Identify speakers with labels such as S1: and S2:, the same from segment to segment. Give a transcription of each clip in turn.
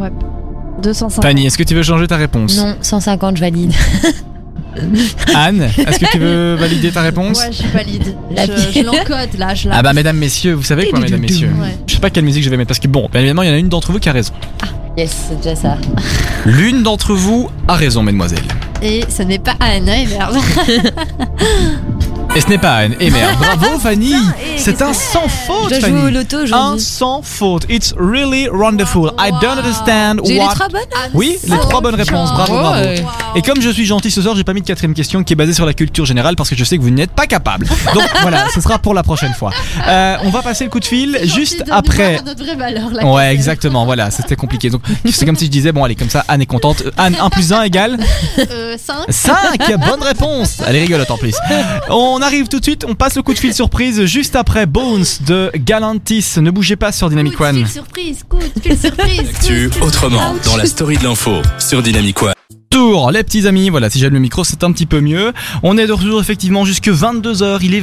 S1: Ouais. 250.
S2: Fanny, est-ce que tu veux changer ta réponse
S3: Non, 150, je valide.
S2: Anne, est-ce que tu veux valider ta réponse
S1: Ouais, je valide.
S3: La
S1: je
S3: vie.
S1: je l'encode là, je la.
S2: Ah bah mesdames, messieurs, vous savez quoi mesdames, messieurs
S1: Ouais.
S2: Je sais pas quelle musique je vais mettre parce que bon, bien évidemment, il y en a une d'entre vous qui a raison.
S3: Yes, c'est déjà ça.
S2: L'une d'entre vous a raison, mesdemoiselles.
S1: Et ce n'est pas Anne, hein, merde.
S2: Et ce n'est pas Anne. Et merde, bravo Fanny C'est un sans faute,
S3: Je joue au
S2: Fanny
S3: loto
S2: Un
S3: aujourd'hui.
S2: sans faute. It's really wonderful. I don't
S1: Wow.
S2: understand
S3: J'ai eu les
S2: what... Hein
S3: trois Oh, bonnes hein.
S2: Oui,
S1: Ah,
S2: les trois bonnes réponses. Bravo, bravo.
S3: Ouais.
S2: Et comme je suis gentil ce soir, j'ai pas mis de quatrième question qui est basée sur la culture générale parce que je sais que vous n'êtes pas capable. Donc voilà, ce sera pour la prochaine fois. Euh, on va passer le coup de fil juste après.
S1: Notre vraie valeur, là,
S2: Ouais, exactement, voilà, c'était compliqué. Donc, c'est comme si je disais, bon, allez, comme ça, Anne est contente. Euh, Anne, 1 plus 1 égale
S1: 5.
S2: 5. Bonne réponse. Elle est rigolote en plus. On arrive tout de suite, on passe le coup de fil surprise juste après Bones de Galantis. Ne bougez pas sur Dynamic One.
S1: surprise, coup de fil surprise.
S4: Actu autrement dans la story de l'info sur Dynamic One.
S2: Tour, les petits amis, voilà, si j'aime le micro, c'est un petit peu mieux. On est de retour effectivement jusque 22h, il est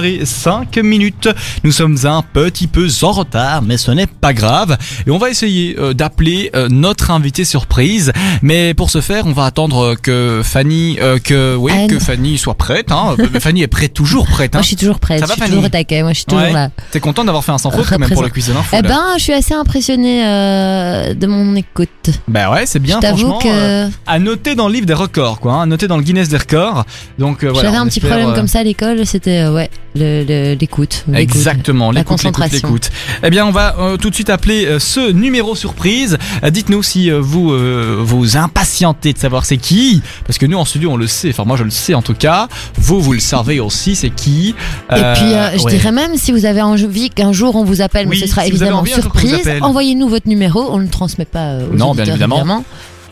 S2: 21h05 minutes. Nous sommes un petit peu en retard, mais ce n'est pas grave. Et on va essayer euh, d'appeler euh, notre invité surprise. Mais pour ce faire, on va attendre euh, que Fanny, euh, que, oui,
S3: Anne.
S2: que Fanny soit prête. Hein. Euh, Fanny est prête, toujours prête. Hein.
S3: Moi, je suis toujours prête.
S2: Ça
S3: je
S2: va,
S3: suis toujours
S2: Fanny
S3: au taquet. Moi, je suis toujours
S2: Ouais.
S3: là.
S2: T'es contente d'avoir fait un sans faute quand même pour
S3: Représente.
S2: la cuisine info
S3: Eh
S2: là.
S3: ben, je suis assez impressionnée euh, de mon écoute.
S2: Bah ouais, c'est
S3: Je
S2: bien,
S3: t'avoue
S2: franchement.
S3: que
S2: euh, à noter dans le livre des records, quoi. Hein, à noter dans le Guinness des records. Donc euh, voilà.
S3: j'avais
S2: on
S3: un petit
S2: espère,
S3: problème
S2: euh,
S3: comme ça à l'école. C'était euh, ouais, le- le- l'écoute. l'écoute.
S2: Exactement,
S3: La
S2: l'écoute, l'écoute,
S3: concentration.
S2: l'écoute. Eh bien, on va euh, tout de suite appeler euh, ce numéro surprise. Euh, Dites-nous si euh, vous euh, vous impatientez de savoir c'est qui, parce que nous en studio on le sait. Enfin, moi je le sais en tout cas. Vous, vous le savez aussi, c'est qui
S3: Et puis, euh, je dirais même, si vous avez envie qu'un jour on vous appelle,
S2: Oui,
S3: mais ce sera
S2: si vous avez
S3: évidemment
S2: envie un jour qu'on vous
S3: surprise,
S2: appelle.
S3: envoyez-nous votre numéro. On ne le transmet pas euh, aux
S2: Non, bien
S3: auditeurs,
S2: évidemment.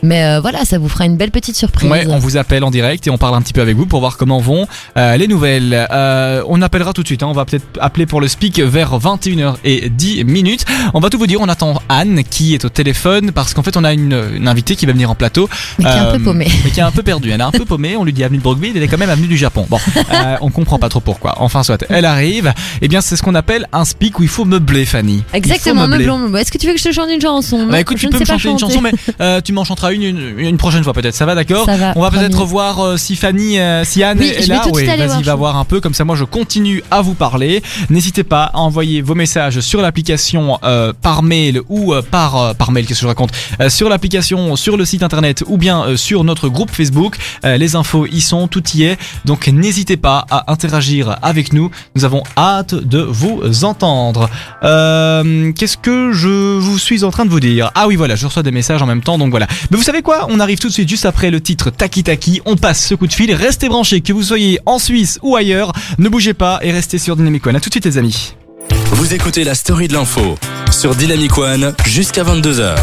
S3: Mais euh, voilà, ça vous fera une belle petite surprise.
S2: Ouais, on vous appelle en direct et on parle un petit peu avec vous pour voir comment vont euh, les nouvelles. Euh, on appellera tout de suite, hein, on va peut-être appeler pour le speak vers 21h10 minutes. On va tout vous dire, on attend Anne qui est au téléphone parce qu'en fait on a une, une invitée qui va venir en plateau.
S3: Mais qui est un peu paumée.
S2: Euh, Mais qui est un peu perdue, elle est un peu paumée, on lui dit avenue de Brookville, elle est quand même avenue du Japon. Bon, euh, on comprend pas trop pourquoi. Enfin soit, elle arrive, et bien c'est ce qu'on appelle un speak où il faut meubler Fanny. Il
S3: Exactement,
S2: faut meubler.
S3: meublon, meublon. Est-ce que tu veux que je te chante une chanson
S2: Bah écoute,
S3: Je
S2: tu
S3: ne
S2: peux me
S3: sais pas
S2: chanter une chanson, mais euh, tu m'en chanteras une, une, une prochaine fois peut-être. Ça va, d'accord
S3: Ça va,
S2: On va peut-être
S3: promis.
S2: revoir euh, si Fanny, euh, si Anne
S3: Oui,
S2: est
S3: je vais
S2: là.
S3: tout de
S2: Oui,
S3: suite aller
S2: vas-y,
S3: voir,
S2: va
S3: je-
S2: voir un peu. Comme ça, moi, je continue à vous parler. N'hésitez pas à envoyer vos messages sur l'application euh, par mail ou euh, par euh, par mail. Qu'est-ce que je raconte Euh, Sur l'application, sur le site internet ou bien euh, sur notre groupe Facebook. Euh, les infos y sont, tout y est. Donc n'hésitez pas à interagir avec nous. Nous avons hâte de vous entendre. Euh, Qu'est-ce que je vous suis en train de vous dire Ah oui, voilà, je reçois des messages en même temps, donc voilà. Mais vous savez quoi On arrive tout de suite juste après le titre Taki Taki. On passe ce coup de fil. Restez branchés, que vous soyez en Suisse ou ailleurs. Ne bougez pas et restez sur Dynamic One. À tout de suite, les amis.
S4: Vous écoutez la story de l'info sur Dynamic One jusqu'à 22h.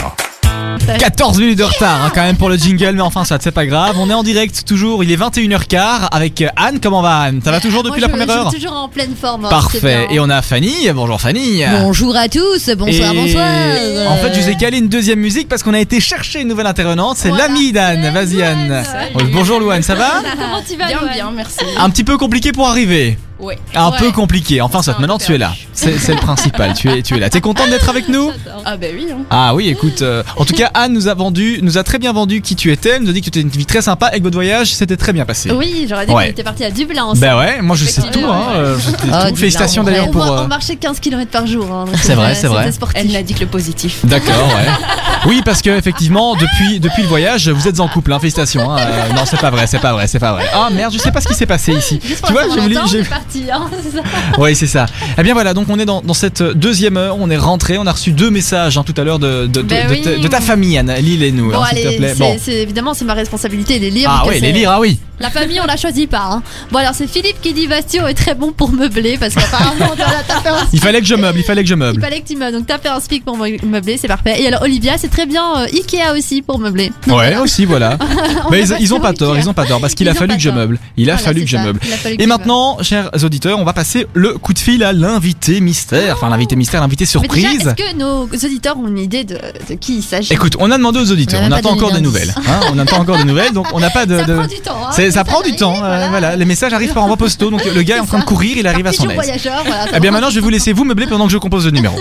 S2: 14 minutes de retard hein, quand même pour le jingle, mais enfin, ça, c'est pas grave. On est en direct toujours. Il est 21h15 avec euh, Anne. Comment va Anne Ça va toujours depuis
S1: Moi,
S2: la
S1: je-
S2: première heure
S1: Je suis toujours en pleine forme. hein,
S2: Parfait.
S1: c'est bien.
S2: Et on a Fanny. Bonjour Fanny.
S3: Bonjour à tous, bonsoir,
S2: Et
S3: bonsoir.
S2: En fait, je vous ai calé une deuxième musique parce qu'on a été chercher une nouvelle intervenante. C'est
S1: Voilà.
S2: l'ami d'Anne.
S1: C'est
S2: Vas-y,
S1: Louane.
S2: Anne.
S1: Salut.
S2: Oui, Bonjour, Louane. Ça va
S1: Comment tu vas
S5: Bien,
S1: Louane
S5: bien, merci.
S2: Un petit peu compliqué pour arriver.
S5: Ouais.
S2: Un
S1: Ouais.
S2: peu compliqué. Enfin, soit.
S5: un
S2: Maintenant,
S5: peu
S2: tu es là. C'est c'est le principal. tu, es, tu es là. T'es contente d'être avec nous
S5: Ah bah oui, hein.
S2: Ah oui, écoute. euh, en tout cas, Anne nous a vendu, nous a très bien vendu qui tu étais. Elle nous a dit que tu étais une fille très sympa et que votre voyage c'était très bien passé.
S1: Oui, j'aurais dit
S2: Ouais.
S1: qu'on était parti à Dublin ensemble.
S2: Bah ouais, moi je sais tout.
S1: Effectivement,
S2: Hein,
S1: ouais.
S2: euh, je sais tout.
S3: dis là,
S2: Félicitations
S3: on
S2: d'ailleurs
S1: on,
S2: pour.
S1: mar-
S2: euh,
S1: on marchait 15 km par jour. hein, donc,
S2: C'est vrai,
S1: euh,
S2: c'est vrai.
S1: C'était sportif.
S5: elle n'a dit que le positif.
S2: D'accord, ouais. Oui, parce que effectivement, depuis, depuis le voyage, vous êtes en couple, hein, félicitations. hein. Euh, non, c'est pas vrai, c'est pas vrai, c'est pas vrai. Ah merde, je sais pas ce qui s'est passé ici.
S1: Juste
S2: Tu vois, j'ai oublié- j'ai-
S1: j'ai parti. Hein, c'est ça.
S2: Oui, c'est ça. Eh bien voilà, donc on est dans, dans cette deuxième heure, on est rentré, on a reçu deux messages hein, tout à l'heure de, de, de,
S1: Ben
S2: de
S1: oui.
S2: ta- de ta famille, Anne, Lille et nous.
S1: Bon,
S2: hein, s'il te
S1: allez,
S2: plaît.
S1: c'est-
S2: Bon.
S1: c'est- évidemment, c'est ma responsabilité de les lire.
S2: Ah
S1: donc,
S2: oui,
S1: c'est- euh,
S2: les lire, ah oui.
S1: La famille, on la choisit pas. hein. Bon, alors c'est Philippe qui dit Bastio est très bon pour meubler parce qu'apparemment, voilà, t'as fait un
S2: Il fallait que je meuble, il fallait que je
S1: Il
S2: meuble.
S1: fallait que tu meubles. Donc t'as fait un speak pour me- meubler, c'est parfait. Et alors Olivia, c'est très bien. euh, Ikea aussi pour meubler.
S2: Ouais, aussi, voilà.
S1: On
S2: Mais
S1: va
S2: ils, ils ont
S1: sur
S2: pas tort,
S1: Ikea.
S2: ils ont pas tort, parce qu'il
S1: Ils
S2: a
S1: ont
S2: fallu
S1: pas
S2: que je
S1: tort.
S2: meuble. Il a
S1: Voilà,
S2: fallu
S1: c'est
S2: que je
S1: ça. bah.
S2: meuble.
S1: Il a fallu que
S2: Et
S1: je
S2: maintenant, chers auditeurs, on va passer le coup de fil à l'invité mystère. Enfin, l'invité mystère, l'invité
S1: meuble. Mais déjà,
S2: surprise.
S1: Est-ce que nos auditeurs ont une idée de, de qui il s'agit
S2: Écoute, on a demandé aux auditeurs,
S3: On n'a
S2: on attend
S3: pas donné
S2: encore des nouvelles.
S3: d'indice.
S2: hein, on attend encore des nouvelles, donc on n'a pas de.
S1: Ça
S2: de-
S1: prend du temps. hein,
S2: C'est- Oh, ça
S1: les
S2: prend du
S1: salariés,
S2: temps, euh, voilà. Les messages arrivent par envoi postaux, donc le gars est en train de courir, il
S1: Par
S2: arrive à son
S1: pigeon
S2: aise.
S1: voyageur, voilà.
S2: Eh bien maintenant, je vais vous laisser vous meubler pendant que je compose le numéro.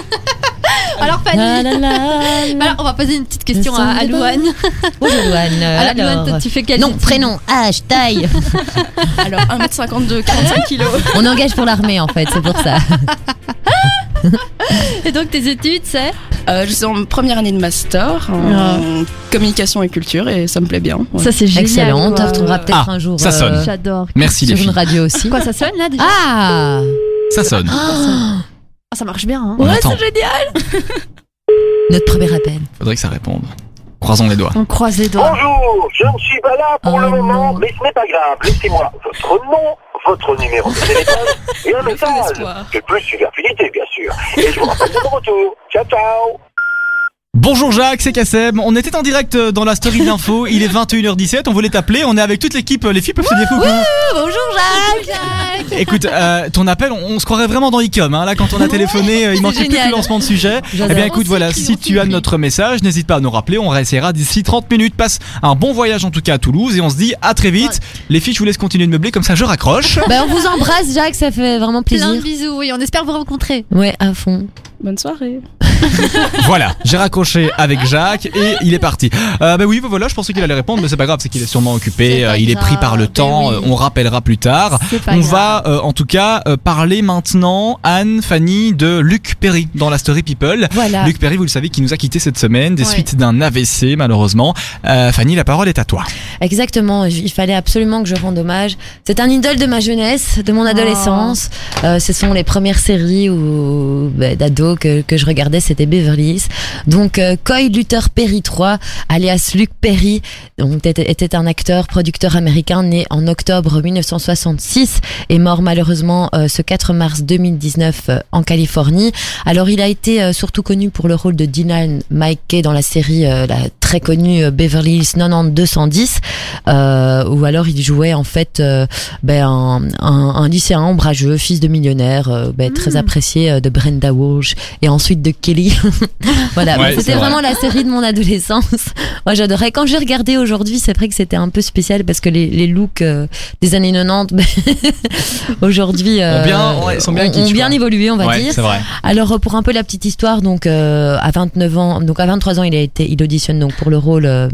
S1: Alors
S3: La
S1: Fanny,
S3: la la.
S1: alors, on va poser une petite question à, à Louane.
S3: Bonjour Louane.
S1: Alors,
S3: Alors,
S1: Louane, tu fais quel
S3: non, prénom, âge, taille.
S5: Alors, 1m52, 45 kilos.
S3: On engage pour l'armée en fait, c'est pour ça.
S1: Et donc tes études, c'est
S5: Euh, je suis en première année de master en communication et culture et Ah. ça me plaît bien. ouais.
S1: Ça c'est génial.
S3: Excellent, on te
S1: quoi.
S3: retrouvera peut-être
S2: Ah,
S3: un jour euh,
S2: ça sonne.
S1: Euh, J'adore.
S2: Merci les
S3: sur une
S2: filles.
S3: radio aussi.
S1: Quoi, ça sonne là déjà
S3: Ah
S2: Ça sonne.
S1: Ah, Ça marche bien. hein.
S2: On attend.
S5: génial
S3: Notre premier appel.
S2: Faudrait que ça réponde. Croisons les doigts.
S1: On croise les doigts.
S6: Bonjour, je ne suis pas là pour
S3: Oh
S6: le moment,
S3: non.
S6: mais ce n'est pas grave. Laissez-moi votre nom, votre numéro de téléphone et un message.
S5: espoir.
S6: De plus, une affinité, bien sûr. Et je vous rappelle de mon retour. Ciao, ciao.
S2: Bonjour Jacques, c'est Kassem. On était en direct euh, dans la story de l'info. Il est 21h17. On voulait t'appeler. On est avec toute l'équipe. euh, Les filles peuvent se dire coucou.
S1: Bonjour Jacques.
S2: Écoute, euh, ton appel, on, on se croirait vraiment dans Icom. Hein. Là, quand on a téléphoné, euh, il manquait plus que
S1: génial.
S2: le lancement de sujet.
S3: J'adore.
S2: Eh bien,
S1: On
S2: écoute,
S1: s'y
S2: voilà,
S1: crie, on
S2: si
S1: s'y
S2: tu as
S1: crie.
S2: notre message, n'hésite pas à nous rappeler. On réessayera d'ici 30 minutes. Passe un bon voyage en tout cas à Toulouse et on se dit à très vite. Les filles, je vous laisse continuer de meubler comme ça, je raccroche.
S3: Bah, on vous embrasse Jacques, ça fait vraiment
S1: Plein de
S3: plaisir.
S1: bisous. Oui, on espère vous rencontrer.
S3: Ouais, à fond.
S5: Bonne soirée.
S2: voilà, j'ai raccroché avec Jacques et il est parti. Euh, bah oui, bah voilà, je pensais qu'il allait répondre, mais c'est pas grave, c'est qu'il est sûrement
S1: C'est
S2: occupé.
S1: pas
S2: euh, il est pris
S1: grave,
S2: par le
S3: Bah
S1: mais
S2: temps.
S1: oui.
S2: euh, On rappellera plus tard.
S1: C'est pas
S2: On
S1: grave.
S2: va euh, en tout cas euh, parler maintenant, Anne, Fanny, de Luc Perry dans la Story People.
S3: Voilà.
S2: Luc Perry, vous le savez, qui nous a quitté cette semaine des
S1: Ouais.
S2: suites d'un AVC, malheureusement. Euh, Fanny, la parole est à toi.
S3: Exactement, j- il fallait absolument que je rende hommage. C'est un idole de ma jeunesse, de mon adolescence. Euh, ce sont les premières séries où, bah, d'ado que, que je regardais, c'était Beverly Hills. Donc, euh, Coy Luther Perry III, alias Luke Perry, donc, était, était un acteur, producteur américain né en octobre 1966 et mort malheureusement euh, ce 4 mars 2019 euh, en Californie. Alors, il a été euh, surtout connu pour le rôle de Dylan Mikey dans la série euh, la très connue euh, Beverly Hills 90210 euh, ou alors il jouait en fait euh, ben, un, un- un lycéen ombrageux, fils de millionnaire, euh, ben, très apprécié euh, de Brenda Walsh et ensuite de Kelly. voilà,
S2: Ouais, c'est
S3: c'était
S2: vrai.
S3: vraiment la série de mon adolescence. Moi j'adorais. Quand j'ai regardé aujourd'hui, c'est vrai que c'était un peu spécial parce que les, les looks euh, des années 90 ben, aujourd'hui euh,
S2: bien- ouais, ils sont bien
S3: ont-
S2: kitsch,
S3: ont bien
S2: quoi.
S3: évolué, on va dire.
S2: vrai.
S3: Alors euh, pour un peu la petite histoire, donc euh, à 29 ans, donc à 23 ans, il a été, il auditionne donc pour le rôle euh,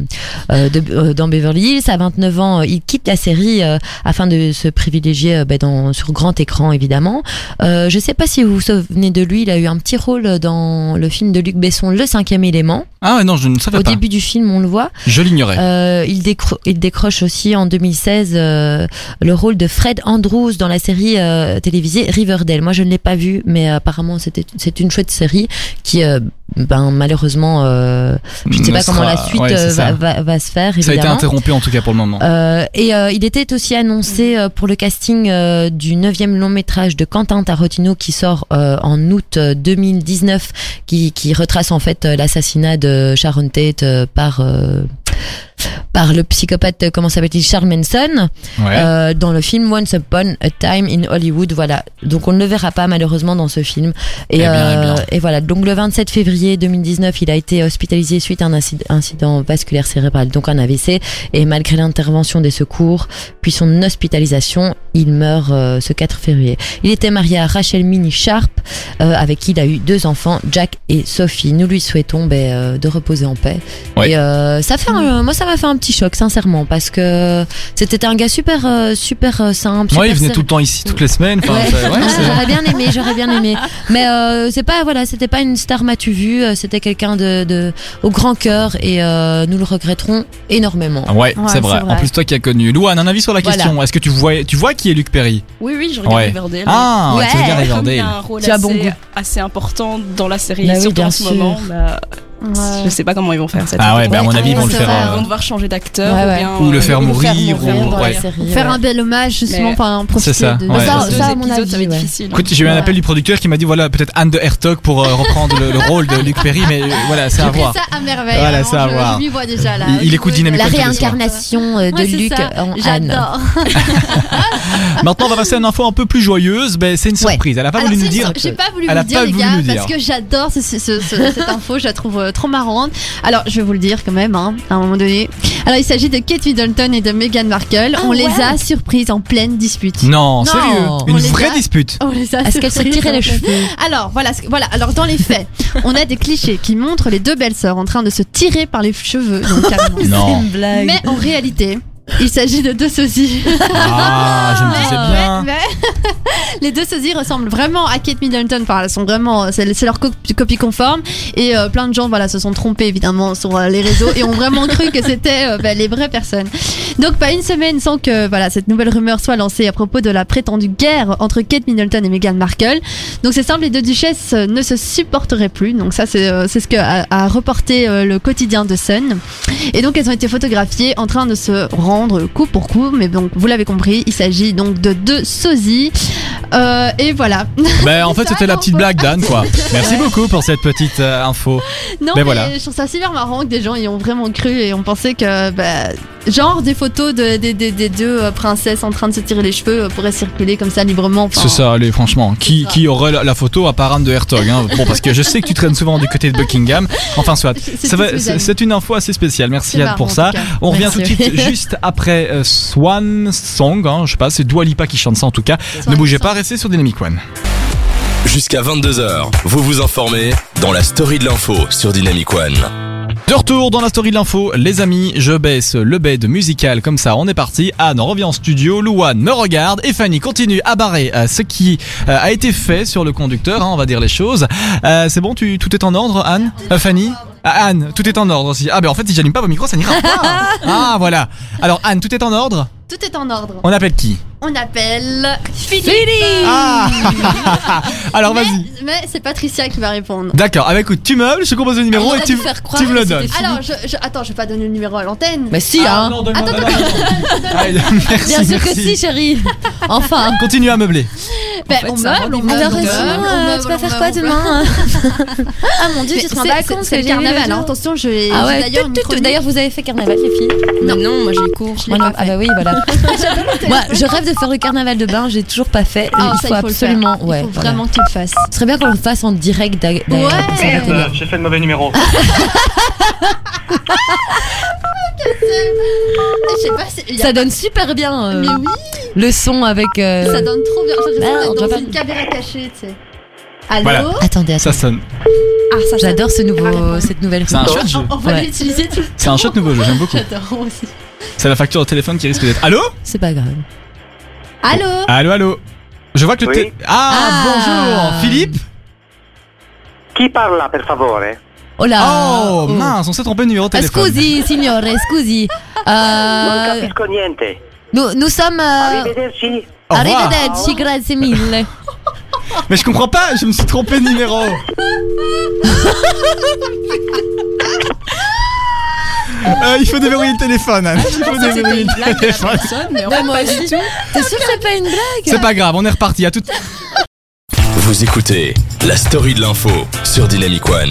S3: euh, de, euh, dans Beverly Hills. À 29 ans, euh, il quitte la série euh, afin de se privilégier euh, ben, dans, sur grand écran évidemment. Euh, je sais pas si vous vous souvenez de lui, il a eu un petit rôle dans le film de Luc Besson, Le Cinquième Élément.
S2: Ah non, je ne savais
S3: Au
S2: pas.
S3: début du film, on le voit.
S2: Je l'ignorais.
S3: Euh, il, décro- il décroche aussi en 2016 euh, le rôle de Fred Andrews dans la série euh, télévisée Riverdale. Moi, je ne l'ai pas vu, mais euh, apparemment, c'était- c'est une chouette série qui, euh, ben, malheureusement, euh, je ne sais
S2: Ne
S3: pas comment
S2: Mm, sera-
S3: la suite
S2: ouais, c'est
S3: euh,
S2: ça.
S3: va, va- va se faire.
S2: Ça a été
S3: évidemment.
S2: interrompu en tout cas pour le moment.
S3: Euh, et euh, il était aussi annoncé euh, pour le casting euh, du neuvième long métrage de Quentin Tarantino qui sort euh, en août euh, 2019, qui, qui retrace en fait euh, l'assassinat de Sharon Tate euh, par euh, par le psychopathe euh, comment s'appelle-t-il Charles Manson
S2: ouais.
S3: euh, dans le film Once Upon a Time in Hollywood. Voilà, donc on ne le verra pas malheureusement dans ce film.
S2: Eh
S3: Et, euh,
S2: bien, eh bien.
S3: et voilà, donc le 27 février 2019, il a été hospitalisé suite à un inci- incident vasculaire cérébral, donc un AVC. Et malgré l'intervention des secours, puis son hospitalisation, il meurt euh, ce 4 février. Il était marié à Rachel Minnie Sharp, euh, avec qui il a eu deux enfants, Jack et Sophie. Nous lui souhaitons ben, euh, de reposer en paix.
S2: Ouais.
S3: Et euh, ça fait, un- moi ça m'a fait un petit choc, sincèrement, parce que c'était un gars super, euh, super euh, simple.
S2: Ouais,
S3: super
S2: il venait
S3: ser-
S2: tout le temps ici, toutes les semaines. Enfin,
S3: Ouais.
S2: ça- ouais,
S3: Ah,
S2: c'est-
S3: j'aurais bien aimé, j'aurais bien aimé. Mais euh, c'est pas voilà, c'était pas une star m'as-tu vu, euh, c'était quelqu'un de, de au grand cœur et euh, nous le regretterons énormément.
S2: Ouais, c'est
S1: c'est
S2: vrai.
S1: vrai.
S2: En plus, toi qui as connu. Louane, un avis sur la
S3: Voilà.
S2: question. Est-ce que tu vois, tu vois qui est Luc Perry
S5: Oui, oui, je regarde
S2: Ouais.
S5: Riverdale.
S2: Ah,
S3: Ouais.
S2: tu regardes
S5: Comme il y a
S2: Riverdale.
S5: un rôle
S3: Tu as
S5: assez,
S3: bon
S5: assez important dans la série,
S3: Bah oui,
S5: surtout
S3: bien
S5: en ce
S3: sûr.
S5: moment. bah, Je sais pas comment ils vont faire cette
S2: Ah ouais,
S5: saison.
S2: bah à mon
S3: Ouais,
S2: avis, ils vont le
S1: c'est
S2: faire.
S1: vrai.
S5: Ils
S2: euh,
S5: vont devoir changer d'acteur
S3: Ouais, ouais.
S5: ou bien
S2: Ou le
S5: euh,
S2: faire
S3: Ou le
S2: mourir,
S3: mourir
S2: ou-
S3: dans
S2: ouais.
S3: la série,
S1: Faire
S3: ouais.
S1: un bel hommage justement,
S5: Mais-
S1: enfin en profiter
S2: C'est ça.
S1: de-
S2: Ouais,
S5: Deux
S3: Ça,
S2: c'est-
S5: épisodes,
S3: à mon
S5: ça va
S3: avis,
S5: être
S3: ouais.
S5: difficile.
S2: Écoute, j'ai eu un
S1: Ouais.
S2: appel du producteur qui m'a dit voilà, peut-être Anne de Hertog pour euh, reprendre le, le rôle de Luc Perry, mais euh, voilà, c'est à
S1: J'ai pris
S2: voir.
S1: ça à merveille.
S2: Voilà,
S1: vraiment,
S2: c'est à
S1: je-
S2: voir.
S1: Je m'y vois déjà là.
S2: Il- il
S1: Je
S2: écoute
S1: veux-
S2: Dynamique
S3: La
S2: Comme tous les soirs.
S3: réincarnation euh, de
S1: Ouais, c'est
S3: Luc
S1: ça.
S2: hein.
S3: en Anne.
S1: J'adore.
S2: Maintenant, on va passer à une info un peu plus joyeuse. Ben, c'est une
S3: Ouais.
S2: surprise. Elle a pas
S1: Alors,
S2: voulu nous
S1: Ah, c'est une
S2: dire.
S1: sur- J'ai pas voulu
S2: Elle
S1: vous
S2: a
S1: le dire,
S2: pas
S1: les
S2: voulu
S1: gars,
S2: nous
S1: parce
S2: dire.
S1: que j'adore ce- ce- ce- cette info. Je la trouve euh, trop marrantes. Alors, je vais vous le dire quand même, hein, à un moment donné. Alors, il s'agit de Kate Middleton et de Meghan Markle.
S3: Ah,
S1: on les
S3: ouais.
S1: a surprises en pleine dispute.
S2: Non,
S3: Non.
S2: sérieux.
S3: On
S2: Une
S1: les
S2: vraie
S1: a-
S2: dispute.
S1: On les a
S3: Est-ce qu'elle se
S1: surprises
S3: tirait
S1: en
S3: les
S1: pleine-
S3: cheveux
S1: Alors, voilà, ce que- voilà. Alors, dans les faits, on a des clichés qui montrent les deux belles sœurs en train de se tirer par les cheveux. donc, carrément.
S2: Non.
S3: une blague.
S1: Mais en réalité, il s'agit de deux sosies.
S2: Ah, je me
S1: Mais-
S2: disais bien.
S1: mais- les deux sosies ressemblent vraiment à Kate Middleton. Enfin, elles sont vraiment, c'est c'est leur co- copie conforme. Et euh, plein de gens, voilà, se sont trompés évidemment sur euh, les réseaux et ont vraiment cru que c'était euh, bah, les vraies personnes. Donc, pas une semaine sans que voilà cette nouvelle rumeur soit lancée à propos de la prétendue guerre entre Kate Middleton et Meghan Markle. Donc, c'est simple, les deux duchesses euh, ne se supporteraient plus. Donc, ça, c'est euh, c'est ce que a, a reporté euh, le quotidien de Sun. Et donc elles ont été photographiées en train de se rendre coup pour coup, mais donc vous l'avez compris, il s'agit donc de deux sosies. Euh, et voilà.
S2: Ben, en fait,
S1: Ça,
S2: c'était la
S1: non,
S2: petite
S1: faut-
S2: blague d'Anne, quoi. Merci beaucoup pour cette petite euh, info.
S1: Non,
S2: Ben voilà.
S1: je trouve ça super marrant que des gens y ont vraiment cru et on pensait que, bah, genre des photos de- des des- des deux euh, princesses en train de se tirer les cheveux euh, pourraient circuler comme ça librement. Enfin,
S2: C'est ça, allez, franchement. Qui,
S1: Oh. ça.
S2: qui aurait la, la photo à part Anne de Hertog hein Bon, parce que je sais que tu traînes souvent du côté de Buckingham. Enfin, soit.
S1: c'est-
S2: Ça
S1: C'est
S2: va-
S1: tous mes
S2: C'est
S1: amis.
S2: c'est une info assez spéciale. Merci
S1: C'est
S2: Anne pour
S1: marrant,
S2: ça.
S1: en tout cas.
S2: On revient tout de
S3: Merci.
S2: suite juste après euh, Swan Song. hein, je sais pas, c'est Dua Lipa qui chante ça en tout cas. ne
S1: Swan
S2: bougez
S1: Song.
S2: pas, restez sur Dynamic One.
S4: Jusqu'à 22h, vous vous informez dans la story de l'info sur Dynamic One.
S2: De retour dans la story de l'info, les amis, je baisse le bed musical comme ça, on est parti. Anne revient en studio, Louane me regarde et Fanny continue à barrer euh, ce qui euh, a été fait sur le conducteur, hein, on va dire les choses. Euh, c'est bon, tu, tout est en ordre, Anne Euh, Fanny Ah, Anne, tout est en ordre aussi. Ah ben en fait, si j'allume pas mon micro, ça n'ira pas. Ah voilà. Alors Anne, tout est en ordre
S1: Tout est en ordre.
S2: On appelle qui
S1: On appelle Philippe.
S2: Ah Alors
S1: Mais-
S2: vas-y.
S1: Mais c'est Patricia qui va répondre.
S2: D'accord, ah bah écoute, tu meubles, je te compose le numéro
S3: Ah, On
S2: et
S3: aurait
S2: tu,
S3: dû faire croire
S2: tu me le
S3: que
S2: donnes.
S3: c'était
S1: Alors, je, je- attends, je vais pas donner le numéro à l'antenne.
S3: Bah si,
S2: Ah,
S3: hein.
S2: non, donne-moi,
S1: Attends,
S2: donne-moi, donne-moi. Allez, merci,
S3: Bien sûr que
S2: merci.
S3: si, chérie. Enfin.
S2: Continue à meubler.
S1: Ben,
S3: fait,
S1: on
S3: ça
S1: meuble, on
S3: rend
S1: meuble.
S3: Alors,
S1: on
S3: sinon,
S1: meuble, on
S3: euh,
S1: meuble,
S3: tu vas
S1: on
S3: faire
S1: meuble,
S3: quoi
S1: on meuble.
S3: demain Ah mon dieu,
S1: Mais
S3: tu te rends
S1: c'est-
S3: pas
S1: c'est-
S3: compte
S1: c'est
S3: que
S1: le
S3: j'ai eu
S1: carnaval.
S3: le
S1: hein.
S3: jour.
S1: Attention, je j'ai
S3: Ah ouais,
S1: d'ailleurs
S3: tout,
S1: une
S3: tout, tout.
S1: chronique.
S3: D'ailleurs, vous avez fait carnaval, les filles
S5: Non, non, moi j'ai cours.
S1: Je l'ai
S3: Moi
S1: pas
S3: non. Ah bah oui, voilà. Moi, je rêve de faire le carnaval de bain, j'ai toujours pas fait.
S1: Ah,
S3: il
S1: ça,
S3: faut
S1: le faire.
S3: absolument.
S1: Il
S3: Ouais,
S1: faut
S3: voilà.
S1: vraiment que tu le fasses.
S3: Ce serait bien qu'on le fasse en direct d'a- d'ailleurs.
S1: Ouais. Ah,
S3: comme ça, ça fait bien.
S6: j'ai fait le mauvais numéro.
S1: Je sais pas, c'est- il y a-
S3: Ça donne super bien euh,
S1: Mais oui,
S3: le son avec. euh,
S1: ça donne trop bien. J'ai
S3: merde,
S1: l'impression
S3: on
S1: d'être dans
S3: doit
S1: une caméra cachée, tu sais.
S2: Voilà.
S1: Allô
S3: Attendez, attendez.
S2: Ça sonne.
S1: Ah, ça, ça-
S3: J'adore ce nouveau, cette nouvelle.
S2: C'est un
S3: rubrique.
S2: chouette jeu.
S1: On va
S3: Ouais.
S1: l'utiliser tout le temps.
S2: C'est un chouette nouveau jeu, j'aime beaucoup.
S1: J'adore aussi.
S2: C'est la facture de téléphone qui risque d'être. Allô
S3: C'est pas grave.
S1: Allô
S2: Allô, allô Je vois que le
S6: Oui.
S2: té- Ah,
S3: Ah.
S2: bonjour Philippe
S6: Chi parla, per favore?
S3: Oh là
S2: Oh, mince, on s'est trompé de numéro de téléphone.
S3: Scusi, signore, scusi.
S6: Non
S3: Euh,
S6: capisco niente.
S3: nous, nous sommes. Euh...
S6: Arrivederci.
S2: Au revoir.
S3: Arrivederci, grazie mille.
S2: Mais je comprends pas, je me suis trompé de numéro. Euh, il faut déverrouiller le téléphone. Anne. Il faut déverrouiller le téléphone.
S5: mais en
S3: Ouais,
S5: fait,
S3: moi
S5: pas
S3: aussi.
S5: du tout.
S3: T'es sûr que c'est pas une blague
S2: C'est pas grave, on est reparti. À tout.
S4: Vous écoutez la story de l'info sur Dynamic One.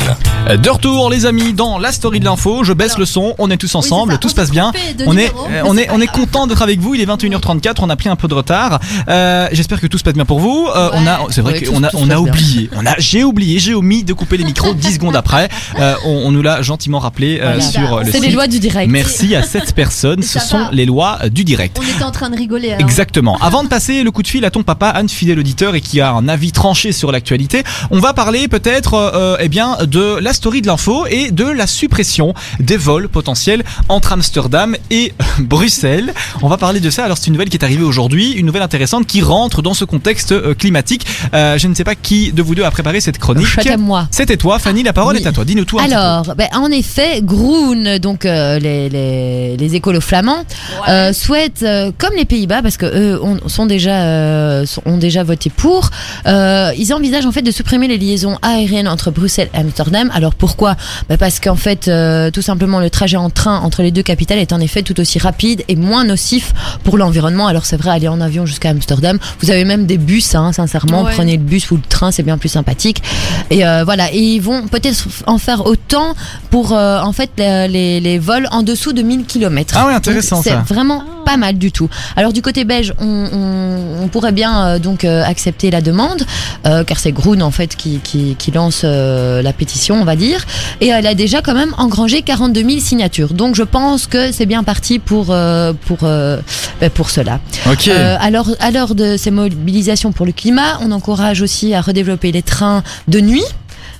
S2: Euh, De retour, les amis, dans la story de l'info. Je baisse
S1: Alors.
S2: le son, on est tous ensemble,
S1: Oui, c'est ça,
S2: tout
S1: on
S2: se passe
S1: s'est
S2: bien.
S1: trompé de
S2: On est,
S1: numéro,
S2: euh,
S1: mais
S2: on
S1: c'est
S2: est,
S1: pas
S2: on est
S1: grave.
S2: content d'être avec vous. Il est 21h34, on a pris un peu de retard. Euh, J'espère que tout se passe bien pour vous. Euh,
S1: Ouais.
S2: On a, c'est vrai
S3: Ouais,
S2: qu'on
S3: tout-
S2: a,
S3: tout se
S2: on a
S3: passe bien.
S2: oublié. On a, j'ai oublié, j'ai omis de couper les micros 10 secondes après. Euh, on, on nous l'a gentiment rappelé euh,
S3: Voilà.
S2: sur euh, le
S3: C'est les
S2: site.
S3: lois du direct.
S2: Merci à cette personne.
S1: Ça
S2: Ce
S1: va.
S2: sont les lois euh, du direct.
S1: On était en train de rigoler. hein. alors.
S2: Exactement. Avant de passer le coup de fil à ton papa, Anne, fidèle auditeur et qui a un avis tranché sur l'actualité, on va parler peut-être euh, euh, eh bien de la story de l'info et de la suppression des vols potentiels entre Amsterdam et euh, Bruxelles. On va parler de ça. Alors c'est une nouvelle qui est arrivée aujourd'hui, une nouvelle intéressante qui rentre dans ce contexte euh, climatique. Euh, je ne sais pas qui de vous deux a préparé cette chronique.
S3: Chouette à moi.
S2: C'était toi, Fanny. La parole
S3: Oui.
S2: est à toi. Dis-nous tout. un petit
S3: Alors, ben, en effet, Groen, donc euh, les, les, les écolos flamands, euh, souhaitent, euh, comme les Pays-Bas, parce que eux ont, sont déjà, euh, sont- ont déjà voté pour, euh, ils envisagent en fait de supprimer les liaisons aériennes entre Bruxelles et Amsterdam. Alors pourquoi Ben, Parce qu'en fait, euh, tout simplement, le trajet en train entre les deux capitales est en effet tout aussi rapide et moins nocif pour l'environnement. Alors c'est vrai, aller en avion jusqu'à Amsterdam, vous avez même des bus, hein, sincèrement,
S1: Ouais.
S3: prenez le bus ou le train, c'est bien plus sympathique. Et euh, voilà, et ils vont peut-être en faire autant pour euh, en fait les, les- les vols en dessous de 1000 km.
S2: Ah ouais, intéressant,
S3: c'est
S2: ça.
S3: vraiment pas mal du tout. Alors du côté belge, on, on- on pourrait bien euh, donc euh, accepter la demande, euh, car c'est Groen en fait qui, qui, qui lance euh, la pétition, on va dire, et elle a déjà quand même engrangé 42 000 signatures. Donc je pense que c'est bien parti pour euh, pour euh, ben, pour cela.
S2: Ok.
S3: Euh, alors, à l'heure de ces mobilisations pour le climat, on encourage aussi à redévelopper les trains de nuit.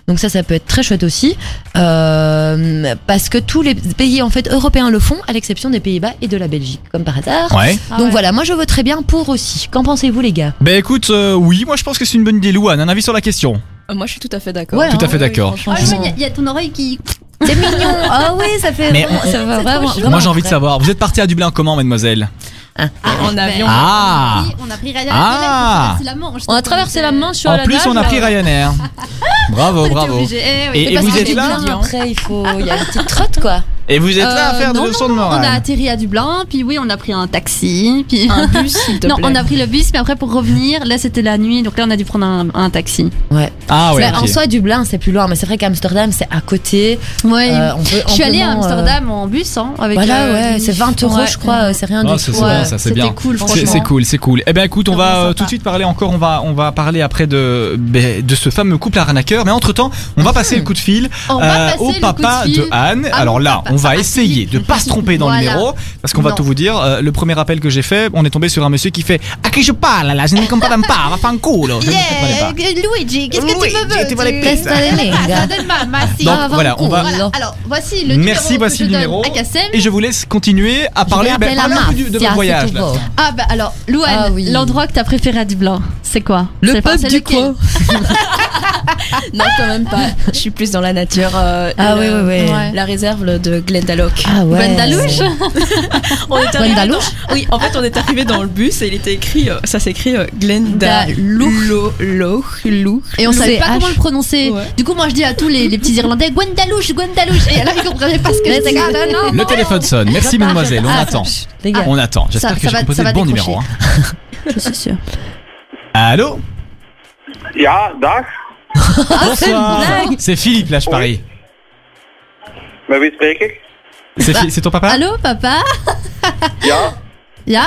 S3: Donc ça, ça peut être très chouette aussi, euh, parce que tous les pays en fait européens le font, à l'exception des Pays-Bas et de la Belgique, comme par hasard.
S2: Ouais.
S1: Ah
S3: Donc
S1: ouais.
S3: voilà, moi je voterais bien pour aussi. Qu'en pensez-vous les gars
S2: Ben écoute, euh, oui, moi je pense que c'est une bonne idée. Louane, un avis sur la question
S5: Euh, Moi, je suis tout à fait d'accord.
S3: Ouais, Tout
S2: à hein. fait d'accord.
S5: oui,
S1: Ah, ouais,
S5: franchement.
S1: il y a- il y, a ton oreille qui.
S3: C'est mignon. Ah oui, ça fait.
S2: Mais
S3: vraiment- ça va vraiment-
S1: chou.
S2: Moi
S3: vraiment
S2: j'ai envie de
S3: vrai.
S2: savoir, vous êtes parti à Dublin comment, mademoiselle
S5: en avion.
S2: Ah
S1: On a pris Ryanair. on
S2: Ah.
S1: a traversé la Manche. euh,
S3: On a traversé la Manche sur
S2: En
S3: la
S2: plus,
S3: nage,
S2: on a
S3: là.
S2: pris Ryanair. Bravo, bravo. Et-
S1: Et
S2: et vous
S3: Parce que
S2: êtes
S3: les
S2: là
S3: biens, Après, il faut. Il y a une petite trotte quoi.
S2: Et vous êtes là à faire des leçons de
S1: Euh, On a
S2: morale.
S1: atterri à Dublin, puis oui, on a pris un taxi, puis.
S5: Un bus, s'il te
S1: Non,
S5: plaît.
S1: on a pris le bus, mais après pour revenir, là c'était la nuit, donc là on a dû prendre un, un taxi.
S3: Ouais.
S2: Ah ouais.
S3: Mais En
S2: ok.
S3: soi, Dublin, c'est plus loin, mais c'est vrai qu'Amsterdam, c'est à côté.
S1: Ouais.
S3: Euh, on peut- on
S1: je suis
S3: peut
S1: allée à
S3: vraiment, euh,
S1: Amsterdam en bus, hein, avec.
S3: Voilà,
S1: euh,
S3: ouais,
S1: une-
S3: c'est 20 euros,
S1: Ouais.
S3: je crois, euh, c'est rien
S2: Ah,
S3: du
S2: ça,
S3: tout.
S2: c'est bien, ça, c'est
S1: C'était
S2: bien.
S1: cool,
S2: C'est
S1: franchement.
S2: c'est cool, c'est cool. Eh bien écoute, on
S1: Ouais,
S2: va euh,
S1: sympa.
S2: tout de suite parler encore, on va, on va parler après de, ben, de ce fameux couple arnaqueur. Mais entre-temps, on va passer le coup de fil
S1: On va
S2: euh,
S1: passer
S2: au
S1: le
S2: papa
S1: coup de, fil.
S2: Anne.
S1: Ah,
S2: Alors
S1: mon
S2: là,
S1: papa.
S2: on va
S1: Ah, si.
S2: essayer de pas se tromper dans le
S1: Voilà.
S2: numéro, parce qu'on va
S1: Non.
S2: tout vous dire. Euh, le premier appel que j'ai fait, on est tombé sur un monsieur qui fait « À qui je parle là Je ne comprends pas, va faire un culo !» Je ne comprenais pas.
S1: Yeah, Luigi, qu'est-ce que tu me veux tu-
S3: Reste à la ligne.
S1: Bah, Ça donne mal, merci.
S2: Donc
S3: Ah,
S2: voilà, on
S3: Vancourt,
S2: va...
S1: Voilà, Alors, voici le numéro.
S2: Merci,
S1: que
S2: voici
S1: je
S2: le
S1: donne
S2: numéro.
S1: À Kassem.
S2: Et je vous laisse continuer à parler
S3: Je vais
S2: ben,
S3: appeler la
S2: parlez un peu du- de
S3: mafia,
S2: votre
S3: c'est
S2: voyage.
S3: tout
S2: là.
S3: bon.
S1: Ah, bah alors, Louane,
S3: Ah oui.
S1: l'endroit que t'as préféré à Dublin, c'est quoi
S3: Le
S1: C'est- enfin,
S3: pub
S1: c'est
S3: du
S1: lequel
S3: coin.
S5: Non, quand même pas. Je suis plus dans la nature. euh,
S3: Ah
S5: le-
S3: oui, oui, oui.
S1: Ouais.
S5: La réserve le- de Glendalough.
S3: Ah ouais.
S1: Guandalouche
S5: On est arrivé
S3: Guandalouche
S5: dans- Oui, en fait, on est arrivé dans le bus et il était écrit, euh, ça s'écrit euh, Glendalough. Lough,
S1: Et on savait pas
S3: H.
S1: comment le prononcer.
S5: Ouais.
S1: Du coup, moi je dis à tous les, les petits Irlandais Guandalouche, Guandalouche. Et alors ils comprenaient pas ce que c'était. Ah, bah, non.
S2: Le téléphone sonne. Merci mademoiselle, on
S3: Ah,
S2: attend.
S3: ça- Les gars,
S2: On attend.
S1: Ça-
S2: J'espère
S1: ça
S2: que j'ai
S1: va-
S2: composé
S1: ça va
S2: le bon
S1: décrocher. Ah,
S2: numéro. hein.
S5: Je suis sûre.
S2: Allô
S6: Ja, dag.
S2: Bonsoir. C'est Philippe là, je parie.
S6: Met wie spreek ik?
S2: C'est Phi- c'est ton papa
S1: Allô, papa
S6: Ja,
S1: Ja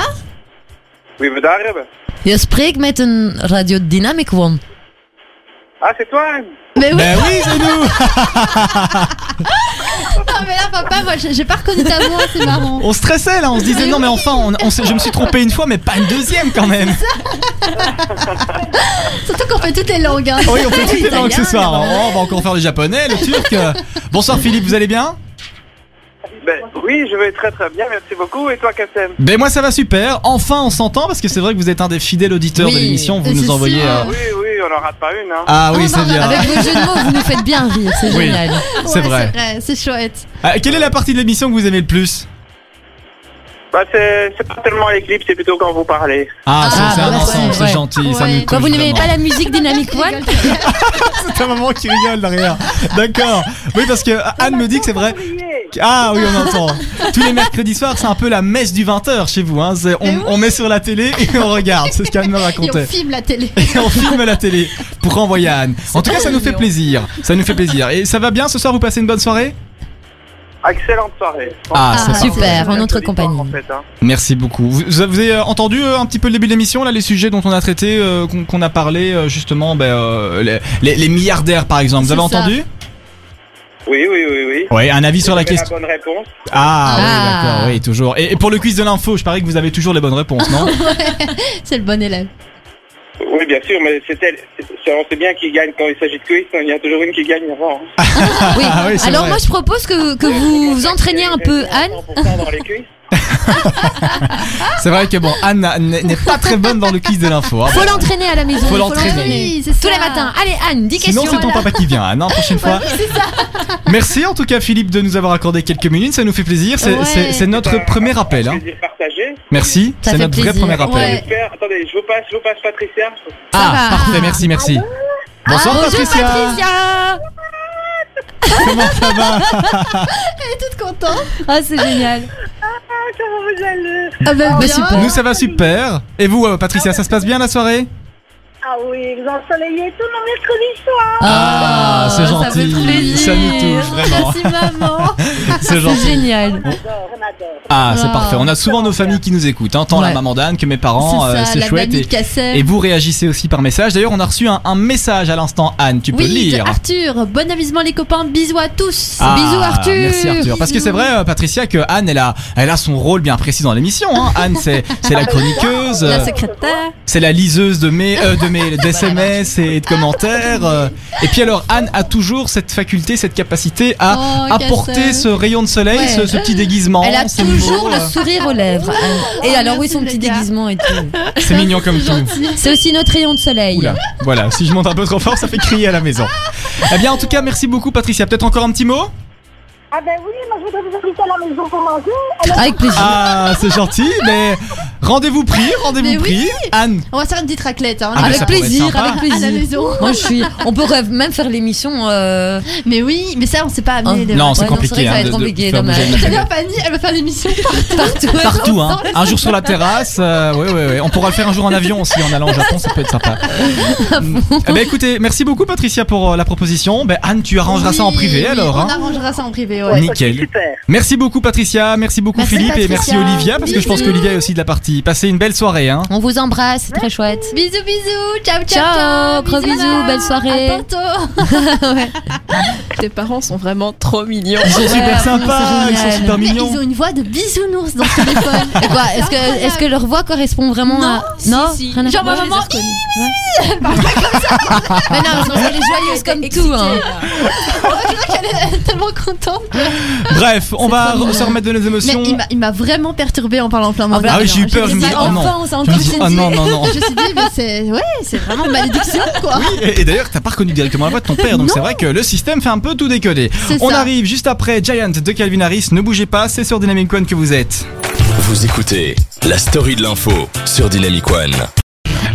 S6: wie we daar hebben.
S3: je spreekt met een radiodynamic one.
S6: Ah, c'est toi Anne
S1: Mais oui,
S2: Ben oui, c'est nous
S1: non, mais là, papa, moi j'ai j'ai pas reconnu ta voix, c'est marrant.
S2: On stressait là, on se disait non mais enfin, on, on s'est- je me suis trompé une fois mais pas une deuxième quand même
S1: Surtout qu'on fait toutes les langues. hein.
S2: Oui, on fait toutes les langues ce
S3: Italien,
S2: soir. Oh, on va encore faire le japonais, le turc. euh. Bonsoir Philippe, vous allez bien
S6: ben, Oui, je vais très très bien, merci beaucoup. Et toi, Kassem
S2: Ben moi ça va super, enfin on s'entend parce que c'est vrai que vous êtes un des fidèles auditeurs
S3: Oui,
S2: de l'émission, vous
S1: c'est
S2: nous envoyez...
S1: sûr.
S2: euh,
S6: Oui, oui, on en rate pas une. Hein.
S2: Ah oui,
S1: On
S2: c'est
S1: en
S2: bien,
S3: Avec vos jeux de mots, vous nous faites bien rire, c'est
S2: Oui.
S3: génial.
S2: c'est
S1: Ouais,
S2: vrai.
S1: C'est chouette.
S2: Euh, quelle est la partie de l'émission que vous aimez le plus
S6: Bah, c'est c'est pas tellement les clips, c'est plutôt quand vous parlez.
S2: Ah, c'est-
S3: Ah,
S2: c'est un
S3: bah,
S2: ensemble,
S3: ouais.
S2: c'est gentil, ça
S1: Ouais.
S2: nous
S3: Quoi,
S2: touche
S3: vous n'aimez
S2: vraiment.
S3: pas la musique dynamic one
S2: C'est un moment qui rigole derrière. D'accord. Oui, parce que Anne me dit que c'est vrai. Ah oui, on entend. Tous les mercredis soirs, c'est un peu la messe du 20h chez vous. Hein. C'est-
S1: Mais
S2: On,
S1: oui.
S2: on met sur la télé et on regarde. C'est ce qu'Anne me
S1: Et on
S2: racontait.
S1: filme la télé.
S2: Et on filme la télé pour renvoyer à Anne. En tout cas, ça nous fait
S5: mignon.
S2: plaisir. Ça nous fait plaisir. Et ça va bien ce soir Vous passez une bonne soirée
S6: Excellente soirée.
S2: Ah,
S1: c'est
S6: Franchement,
S3: super,
S6: c'est
S3: en
S6: un
S3: notre
S6: joli
S3: compagnie.
S6: soir, en fait, hein.
S2: Merci beaucoup. Vous, vous avez euh, entendu euh, un petit peu le début de l'émission, là, les sujets dont on a traité, euh, qu'on qu'on a parlé, euh, justement, ben, euh, les, les- les milliardaires par exemple. Vous
S1: C'est
S2: avez
S1: ça.
S2: entendu
S6: Oui, oui, oui, oui.
S2: Oui, un avis sur la
S6: Vous avez
S2: question.
S6: bonne réponse.
S2: Ah,
S3: Ah.
S2: oui, d'accord, oui, toujours. Et, et pour le quiz de l'info, je parie que vous avez toujours les bonnes réponses, non
S1: C'est le bon élève.
S6: Oui, bien sûr, mais c'est elle. c'est- On sait bien qui gagne quand il s'agit de quiz, il y a toujours une qui gagne avant. hein.
S3: Oui.
S2: Ah oui, c'est
S3: Alors
S2: vrai.
S3: moi, je propose que, que vous vous entraîniez un peu, Anne.
S6: 100% dans les quiz.
S2: C'est vrai que bon, Anne n'a- n'est n'est pas très bonne dans le quiz de l'info. hein.
S3: Faut l'entraîner à la maison.
S2: Faut l'entraîner.
S1: Oui, c'est
S3: Tous
S1: ça.
S3: les matins. Allez, Anne, 10
S2: Sinon,
S3: questions.
S2: c'est ton papa qui vient, Anne, hein, prochaine fois. Merci en tout cas, Philippe, de nous avoir accordé quelques minutes. Ça nous fait plaisir. C'est
S1: Ouais.
S2: c'est- c'est notre
S6: C'est un-
S2: premier appel. hein.
S6: Plaisir partagé.
S2: Merci.
S3: Ça
S2: C'est
S3: fait
S2: notre vrai
S3: plaisir.
S2: premier appel.
S1: Ouais.
S6: Super. Attendez, je vous passe, je vous passe Patricia.
S2: Ah,
S3: va.
S2: parfait. Merci, merci. Bonsoir,
S3: Ah, bonjour,
S2: Patricia.
S3: Patricia.
S2: Comment ça va
S1: Toute contente.
S3: Ah, c'est génial.
S1: Ah bah, bien.
S3: Mais super.
S1: Ah bah,
S2: Nous, ça va super. Et vous, euh, Patricia, ça se passe bien la soirée
S7: Ah oui, vous ensoleillez tout mon mercredi soir.
S2: Ah, c'est
S1: ça fait
S2: gentil.
S1: plaisir.
S2: Ça nous touche, vraiment.
S1: Merci maman.
S2: C'est
S3: C'est
S2: gentil.
S3: génial.
S7: On adore, on adore.
S2: Ah,
S1: Ah.
S2: c'est parfait. On a souvent nos familles qui nous écoutent, hein, tant la
S3: Ouais.
S2: maman d'Anne que mes parents,
S1: c'est ça,
S2: euh, c'est
S1: la
S2: chouette.
S1: Dani
S2: Et, et
S1: Cassel.
S2: vous réagissez aussi par message. D'ailleurs, on a reçu un, un message à l'instant, Anne, tu peux
S1: oui,
S2: le
S1: de
S2: lire.
S1: Arthur, bon amusement les copains, bisous à tous.
S2: Ah,
S1: bisous Arthur.
S2: Merci Arthur. Parce que
S1: Bisous.
S2: c'est vrai, euh, Patricia, que Anne, elle a, elle a son rôle bien précis dans l'émission. hein. Anne, c'est, c'est la chroniqueuse, euh,
S1: La secrétaire.
S2: c'est la liseuse de mes, euh, de mes d'SMS et de commentaires. euh. Et puis alors, Anne a toujours cette faculté, cette capacité à
S1: Oh,
S2: apporter
S1: Cassel.
S2: ce rayon de soleil,
S3: Ouais.
S2: ce, ce petit déguisement.
S3: Elle a
S2: ce
S3: toujours
S2: mot,
S3: le
S2: euh.
S3: sourire aux lèvres. Anne. Et
S1: Oh,
S3: alors oui,
S1: merci,
S3: son petit
S1: les gars.
S3: déguisement et tout.
S2: C'est mignon comme tout.
S3: C'est aussi notre rayon de soleil.
S2: Oula, voilà, si je monte un peu trop fort, ça fait crier à la maison. Eh bien, en tout cas, merci beaucoup, Patricia. Peut-être encore un petit mot
S7: Ah ben oui, moi je voudrais vous inviter à la maison pour manger.
S3: Avec plaisir.
S2: Ah, c'est gentil, mais rendez-vous pris, rendez-vous
S1: Mais oui.
S2: pris. Anne,
S1: On va faire une petite raclette. Hein,
S2: Ah, mais
S3: avec
S2: ça pourrait être
S3: plaisir,
S2: sympa.
S3: avec
S1: À la
S3: plaisir.
S1: maison.
S3: Moi, je suis. On pourrait même faire l'émission. euh,
S1: Mais oui, mais ça on s'est pas amené.
S3: Hein.
S1: les-
S2: Non, c'est
S3: Ouais, non,
S2: compliqué.
S3: c'est vrai que ça
S2: hein,
S3: va être
S2: de- de
S3: compliqué,
S2: faire bouger
S3: dommage.
S2: la
S1: Très
S2: famille.
S1: bien, Fanny, elle va faire l'émission.
S3: partout.
S2: Partout, hein. Un jour sur la terrasse. euh, oui, oui, oui. On pourra le faire un jour en avion aussi, en allant au Japon, ça peut être sympa. Eh ben, écoutez, merci beaucoup, Patricia, pour euh, la proposition. Ben, Anne, tu arrangeras ça en
S1: Oui,
S2: privé
S1: oui,
S2: alors.
S1: On
S2: hein.
S1: arrangera ça en privé, ouais.
S7: Ouais,
S2: Nickel.
S7: ok, super.
S2: Merci beaucoup, Patricia. Merci beaucoup,
S1: Merci,
S2: Philippe. Et merci,
S1: Patricia.
S2: Olivia, parce que je pense
S1: Bisous.
S2: qu'Olivia est aussi de la partie. Passez une belle soirée. Hein.
S3: On vous embrasse, c'est très chouette.
S1: Bisous, bisous, ciao, ciao,
S3: Ciao,
S1: ciao.
S3: gros bisous,
S1: maman.
S3: belle soirée.
S1: À bientôt.
S5: Tes parents sont vraiment trop mignons.
S2: Ils sont super
S3: c'est
S2: sympas, ils sont
S3: génial.
S2: super
S1: Mais
S2: mignons.
S1: ils ont une voix de bisounours dans ce téléphone.
S3: Et quoi, Est-ce que, est que leur voix correspond vraiment à. Non
S5: si, si.
S3: rien à
S1: Genre
S3: voir. Ah.
S1: ma
S5: Moi, je les ai
S1: maman.
S5: reconnus.
S3: Mais non, parce qu'elle est joyeuse comme tout. Hein.
S1: Elle est tellement contente.
S2: Bref, on
S3: C'est
S2: va
S3: trop
S2: re- se
S3: mignon.
S2: remettre de nos
S1: Mais
S2: émotions.
S1: il m'a- il m'a vraiment perturbée en parlant en flamand
S3: Ah
S1: blanc.
S2: oui, j'ai eu peur,
S1: me
S2: je me dis,
S1: suis dit,
S2: oh non.
S1: enfin, ça
S2: Je
S1: encore
S2: me dis, oh
S1: Cindy.
S2: non, non, non.
S1: Je me suis dit, mais c'est ouais, c'est vraiment une malédiction quoi.
S2: Et, et d'ailleurs, t'as pas reconnu directement la voix de ton père, donc
S1: Non.
S2: c'est vrai que le système fait un peu tout décoder.
S1: C'est
S2: On
S1: ça.
S2: arrive juste après Giant de Calvin Harris. Ne bougez pas, c'est sur Dynamic One que vous êtes.
S4: Vous écoutez la story de l'info sur Dynamic One.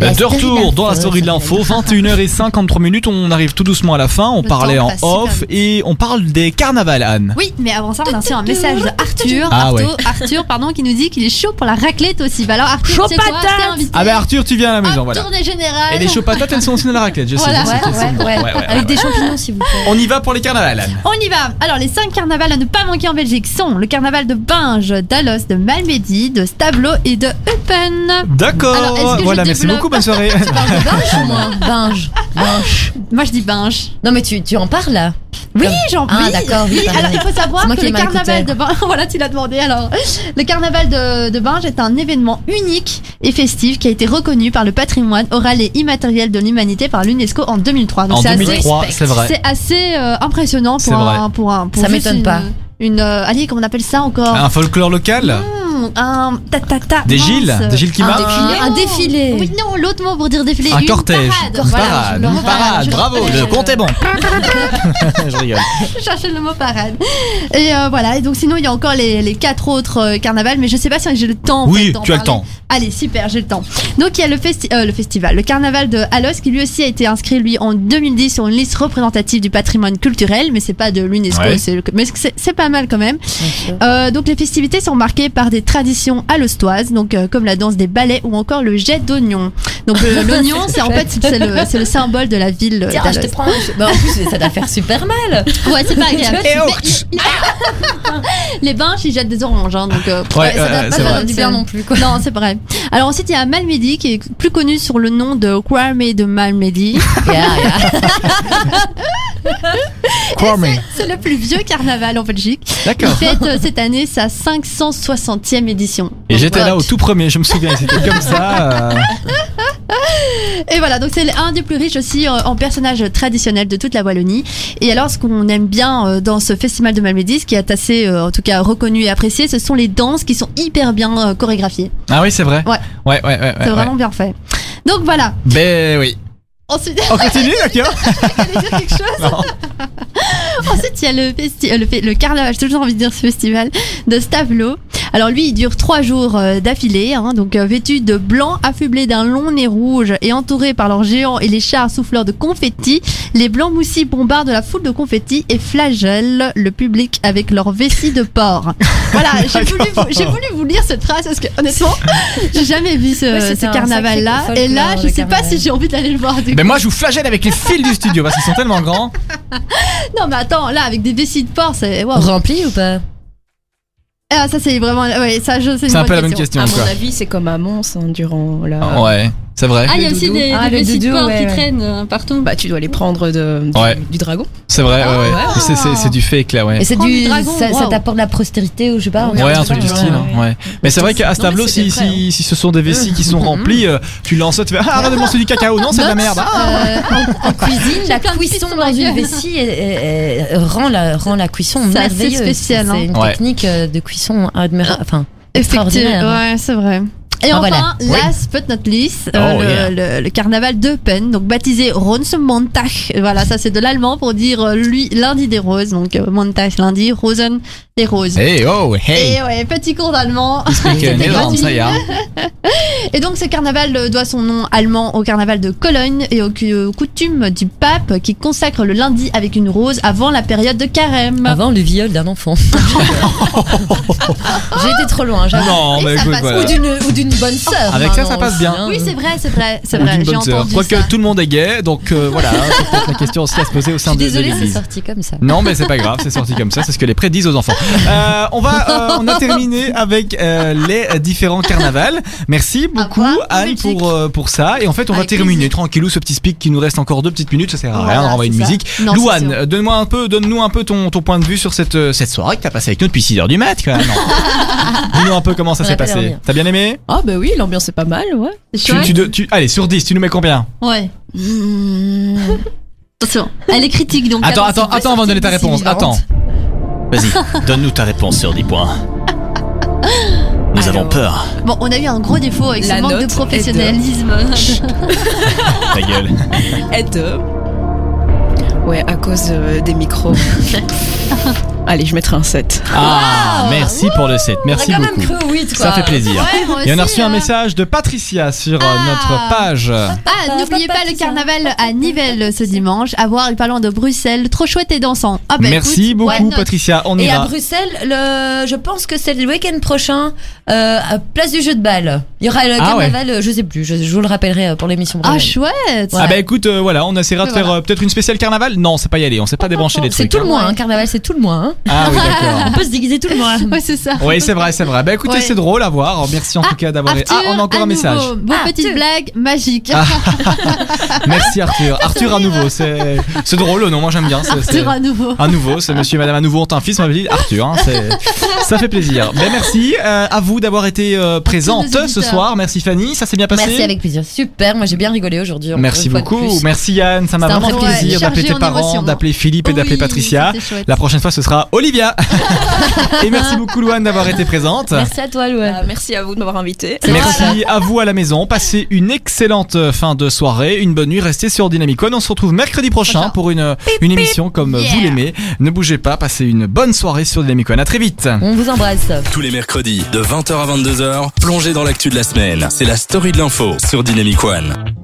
S3: La
S2: Euh, de
S3: story
S2: retour
S3: de
S2: dans la
S3: l'info,
S2: story de
S3: ça
S2: l'info, 21h53 minutes. On arrive tout doucement à la fin. On
S1: Le
S2: parlait
S1: temps
S2: en
S1: passe super
S2: off et on parle des carnavals, Anne.
S1: Oui, mais avant ça, on a reçu un message de Arthur,
S2: Ah
S1: Arthur,
S2: ouais.
S1: Arthur, pardon, qui nous dit qu'il est chaud pour la raclette aussi. Bah alors Arthur,
S3: Chaud
S1: tu sais quoi,
S3: patate
S1: t'es invité.
S2: Ah bah Arthur, tu viens à la maison,
S1: Hop,
S2: voilà.
S1: Tournée générale.
S2: Et les chopatates, elles sont aussi dans la raclette, je sais.
S1: Voilà,
S2: je sais,
S1: ouais,
S2: je sais,
S1: ouais,
S2: bon.
S3: ouais.
S2: Ouais, ouais,
S3: Avec
S2: ouais.
S3: des champignons, s'il vous plaît.
S2: On y va pour les carnavals, Anne.
S1: On y va Alors les 5 carnavals à ne pas manquer en Belgique sont le carnaval de Binge, d'Alos, de Malmedy, de Stablo et de Eupen. Alors, est-ce que
S2: D'accord.
S1: je
S2: Voilà, merci
S1: développe
S2: beaucoup. Bonne soirée.
S3: Binge ou moins Binge. Binge.
S1: Moi je dis Binge.
S3: Non, mais tu, tu en parles là
S1: Oui,
S3: Comme-
S1: j'en
S3: Ah,
S1: oui,
S3: d'accord, oui,
S1: oui.
S3: pardon.
S1: Alors il faut savoir
S3: C'est moi
S1: que
S3: qui ai
S1: le
S3: mal écouté.
S1: carnaval de Binge, voilà tu l'as demandé alors. Le carnaval de, de Binge est un événement unique et festif qui a été reconnu par le patrimoine oral et immatériel de l'humanité par l'UNESCO en 2003. Donc
S2: En
S1: c'est assez-
S2: 2003, c'est vrai.
S1: C'est assez euh, impressionnant
S2: C'est
S1: pour
S2: vrai.
S1: un, pour un pour
S3: Ça
S1: juste
S3: m'étonne
S1: une-
S3: pas.
S1: Une euh, allez comment on appelle ça encore
S2: Un folklore local
S1: Hmm, un ta ta ta
S2: Ah. Des
S1: mince.
S2: Gilles Des Gilles qui
S3: Un
S2: marchent
S3: défilé.
S1: Un défilé.
S3: Oui.
S1: Oui, non, l'autre mot pour dire défilé.
S2: Un
S1: une
S2: cortège,
S1: Parade.
S2: une
S1: Voilà,
S2: parade,
S1: je-
S2: une
S1: voilà,
S2: parade,
S1: je-
S2: bravo,
S1: je-
S2: le compte est bon. je rigole.
S1: Je cherchais le mot parade. Et euh, voilà, et donc sinon, il y a encore les, les quatre autres euh, carnavals, mais je sais pas si j'ai le temps. en fait,
S2: Oui,
S1: d'en
S2: tu as le
S1: parler.
S2: temps.
S1: Allez, super, j'ai le temps. Donc il y a le, festi- euh, le festival, le carnaval de Halos, qui lui aussi a été inscrit lui en 2010 sur une liste représentative du patrimoine culturel, mais c'est pas de l'UNESCO,
S2: Ouais.
S1: c'est le- mais c'est c'est pas mal quand même. Euh, donc les festivités sont marquées par des traditions halostoises, donc euh, comme la danse des ballets ou encore le jet d'oignon. Donc euh, l'oignon, c'est en fait c'est le, c'est le symbole de la ville. euh,
S3: Tiens, je
S1: d'Halos.
S3: te prends. Bah, en plus, ça doit faire super mal.
S1: Ouais, c'est pas agréable.
S2: Et oh,
S1: Les bains, ils jettent des oranges, hein, donc euh,
S2: Ouais,
S1: ça doit
S2: euh,
S1: pas
S2: c'est
S1: faire
S2: vrai.
S1: du bien non plus. quoi. Non, c'est vrai. Alors ensuite, il y a Malmedy qui est plus connu sur le nom de Kwame de Malmedy.
S3: Yeah, yeah.
S2: Kwame.
S1: C'est le plus vieux carnaval en Belgique. Il
S2: D'accord.
S1: fête euh, cette année sa 560e édition.
S2: Et
S1: Donc,
S2: j'étais
S1: voilà.
S2: là au tout premier, je me souviens, c'était comme ça. euh,
S1: Et voilà, donc c'est un des plus riches aussi euh, en personnages traditionnels de toute la Wallonie. Et alors, ce qu'on aime bien euh, dans ce festival de Malmedy, ce qui est assez, euh, en tout cas, reconnu et apprécié, ce sont les danses qui sont hyper bien euh, chorégraphiées.
S2: Ah oui, c'est vrai.
S1: Ouais.
S2: Ouais, ouais, ouais. ouais,
S1: C'est
S2: ouais.
S1: vraiment bien fait. Donc voilà.
S2: Ben oui.
S1: Ensuite,
S2: On continue, d'accord
S1: J'allais dire quelque chose.
S2: Non.
S1: Ensuite, il y a le, festi- euh, le, fe- le carnaval, j'ai toujours envie de dire ce festival, de Stavlo. Alors lui, il dure trois jours euh, d'affilée, hein, donc euh, vêtu de blanc, affublé d'un long nez rouge et entouré par leurs géants et les chars souffleurs de confettis, les blancs moussis bombardent la foule de confettis et flagellent le public avec leurs vessies de porc. Voilà, j'ai voulu, vous- j'ai voulu vous lire cette phrase parce que honnêtement, j'ai jamais vu ce,
S3: Ouais, c'était
S1: ce
S3: un
S1: carnaval-là.
S3: sacré
S1: Et là,
S3: folklore,
S1: je
S3: le
S1: sais pas
S3: carnaval.
S1: si j'ai envie d'aller le voir. du
S2: Mais
S1: coup.
S2: Ben moi, je vous flagelle avec les fils du studio parce qu'ils sont tellement grands.
S1: Non, mais attends, là, avec des vessies de porc, c'est.
S3: Oh.
S1: waouh.
S3: Rempli ou pas
S1: Ah, ça, c'est vraiment. Ouais, ça, je- c'est une
S2: C'est un
S1: bonne
S2: peu la même question,
S5: À mon
S2: quoi.
S5: avis, c'est comme à Mons hein, durant la.
S2: Ouais, c'est vrai.
S1: Ah, il y a
S5: Le
S1: aussi
S5: doudou.
S1: des,
S3: Ah,
S1: des
S3: le
S1: vessies de
S3: doudou,
S1: porc
S3: ouais,
S1: qui
S3: ouais.
S1: traînent euh, partout.
S5: Bah, tu dois les prendre de, du,
S2: Ouais.
S5: du dragon.
S2: C'est vrai, ouais, ouais.
S1: Ah,
S2: C'est- c'est- C'est du fake, là, ouais.
S3: Et c'est
S1: Prends
S3: du.
S1: du dragon,
S3: ça ça
S1: waouh.
S3: t'apporte de la postérité ou je sais pas.
S2: Ouais, un
S3: je sais
S2: truc du
S3: pas,
S2: style.
S3: ouais.
S2: hein, Ouais. Mais c'est vrai qu'à ce
S5: Non, mais
S2: tableau,
S5: c'est
S2: si,
S5: des vrais,
S1: hein.
S2: si, si ce sont des vessies qui sont remplies, euh, tu lances ça, tu fais Ah, regarde-moi, c'est du cacao. Non, c'est de la merde. Ah.
S3: Euh, en, en cuisine, la
S1: plein de
S3: cuisson
S1: pistes sur
S3: dans
S1: la
S3: une
S1: gueule.
S3: vessie euh, euh, euh, rend, la, rend la cuisson
S1: C'est assez
S3: merveilleuse.
S1: spécial,
S3: C'est
S1: hein.
S3: une
S2: Ouais.
S3: technique euh, de cuisson admira- enfin, extraordinaire.
S1: Effectivement, ouais, c'est vrai. Et
S3: Ah,
S1: enfin,
S3: voilà.
S1: last but not least, euh,
S2: Oh,
S1: le,
S2: yeah.
S1: le- le carnaval de Pen, donc baptisé Rosenmontag. Voilà, ça c'est de l'allemand pour dire euh, lui lundi des roses, donc euh, Montag lundi, Rosen des roses.
S2: Hey, oh, hey.
S1: Et ouais, petit cours d'allemand.
S2: Explique
S1: C'était
S2: énorme,
S1: gratuit.
S2: ça y est. hein.
S1: Et donc ce carnaval euh, doit son nom allemand au carnaval de Cologne et aux cu- aux coutumes du pape qui consacre le lundi avec une rose avant la période de carême.
S2: Ah
S3: Avant le viol d'un enfant. J'ai été trop loin, j'avoue.
S2: Non,
S1: Et
S2: mais
S1: ça
S2: écoute,
S1: passe.
S2: voilà.
S3: Ou d'une- Ou d'une bonne sœur.
S2: Avec ça,
S3: maintenant
S2: ça passe
S3: aussi,
S2: bien.
S3: hein.
S1: Oui, c'est vrai, c'est vrai, c'est
S2: Ou
S1: vrai.
S2: d'une
S1: J'ai
S2: bonne sœur.
S1: entendu
S2: Quoique
S1: ça.
S2: tout le monde est gay, donc euh, voilà, c'est peut-être la question aussi à se poser au
S3: Je
S2: sein
S3: suis
S2: de, de
S3: désolée, c'est
S2: l'église.
S3: sorti comme ça.
S2: Non, mais c'est pas grave, c'est sorti comme ça, c'est ce que les prêtres disent aux enfants. Euh, on va, euh, on a terminé avec euh, les euh, différents carnavals. Merci beaucoup
S1: revoir,
S2: Anne
S1: musique.
S2: pour euh, pour ça et en fait on
S1: Avec
S2: va terminer tranquillou ce petit speak qui nous reste encore deux petites minutes, ça sert à rien,
S1: Voilà,
S2: on renvoie une
S1: c'est ça.
S2: musique.
S1: Non, c'est
S2: Louane,
S1: sûr.
S2: euh, donne-moi un peu, donne-nous un peu ton ton point de vue sur cette euh, cette soirée que t'as passée avec nous depuis 6 heures du mat. quoi. Non. Dis-nous un peu comment ça
S3: On
S2: s'est
S3: a pas l'air
S2: passé.
S3: bien.
S2: T'as bien aimé
S5: Ah, bah oui, l'ambiance est pas mal, ouais.
S1: C'est
S2: tu,
S1: chouette.
S2: tu, de- tu- allez sur 10, tu nous mets combien
S1: Ouais. Attention, elle est critique donc.
S2: Attends,
S1: avance.
S2: attends, attends avant de donner ta réponse. Attends. Vas-y, donne-nous ta réponse sur 10 points. Nous
S5: Alors.
S2: avons peur.
S1: Bon, on a eu un gros défaut avec
S5: La
S1: ce manque
S5: note
S1: de
S5: est euh, de-
S1: professionnalisme.
S2: Ta gueule.
S5: Et deux. Ouais, à cause euh, des micros. Allez, je mettrai un 7.
S2: Ah, merci pour le 7. Merci
S3: On a quand
S2: beaucoup.
S3: même cru au 8, quoi.
S2: Ça fait plaisir.
S1: Ouais, moi
S2: Et on a
S1: aussi,
S2: reçu un
S1: euh.
S2: message de Patricia sur euh, notre page.
S1: Ah, n'oubliez pas le carnaval à Nivelles ce dimanche. À voir, et pas loin de Bruxelles. Trop chouette et dansant. Ah, bah,
S2: Merci
S1: écoute, why
S2: beaucoup,
S1: not
S2: Patricia. On y
S3: Et à
S2: va.
S3: Bruxelles, le, je pense que c'est le week-end prochain, euh, à place du jeu de balle. Il y aura le
S2: Ah
S3: carnaval, euh, je sais plus, je, je vous le rappellerai euh, pour l'émission
S1: Ah,
S3: prochaine.
S1: chouette.
S2: Ah bah écoute, euh, voilà, on essaiera de
S1: Et
S2: faire
S1: voilà.
S2: euh, peut-être une spéciale carnaval. Non, c'est pas y aller, on sait pas débrancher les
S3: c'est
S2: trucs.
S3: tout le
S2: hein.
S3: mois,
S1: Ouais.
S3: hein, carnaval, c'est tout le mois. hein.
S2: Ah oui, d'accord.
S3: On peut se déguiser tout le mois.
S1: Ouais, c'est ça.
S2: Oui, bah, c'est vrai, c'est vrai. Bah écoutez,
S1: Ouais.
S2: c'est drôle à voir. Merci en tout cas d'avoir.
S1: Arthur,
S2: Ah, on a encore
S1: à
S2: un message. Ah,
S1: nouveau. Vos
S3: Arthur.
S5: Ah,
S1: petites blagues magiques.
S2: Merci Arthur. Arthur à nouveau, c'est c'est drôle le nom, moi j'aime bien. c'est- c'est-
S1: Arthur à nouveau.
S2: À nouveau, c'est monsieur et madame à nouveau ont un fils, on m'avait dit Arthur, hein, c'est- ça fait plaisir. Mais merci euh, à vous d'avoir été euh, présente
S1: nos
S2: ce
S1: auditeurs.
S2: soir. Merci Fanny, ça s'est bien passé
S3: Merci avec plaisir. Super, moi j'ai bien rigolé aujourd'hui. encore
S2: Merci
S3: une fois de
S2: beaucoup,
S3: plus.
S2: merci Yann, ça m'a
S3: C'était un
S2: vraiment fait
S3: vrai plaisir.
S2: plaisir d'appeler
S1: Chargé
S2: tes
S1: en
S2: parents,
S1: émotions, hein.
S2: d'appeler Philippe et d'appeler
S1: Oui,
S2: Patricia.
S1: c'était chouette.
S2: La prochaine fois ce sera Olivia. et merci beaucoup Louane d'avoir été présente.
S3: Merci à toi, Louane.
S5: Ah, merci à vous de m'avoir invité.
S2: Merci à vous à la maison. Passez une excellente euh, fin de soirée, une bonne nuit. Restez sur Dynamic One. On se retrouve mercredi prochain
S1: Prochain.
S2: pour une, euh, une émission comme
S1: Yeah.
S2: vous l'aimez. Ne bougez pas. Passez une bonne soirée sur Dynamic One. À très vite.
S3: On vous embrasse.
S4: Tous les mercredis, de 20h à 22h, plongez dans l'actu de la semaine. C'est la story de l'info sur Dynamic One.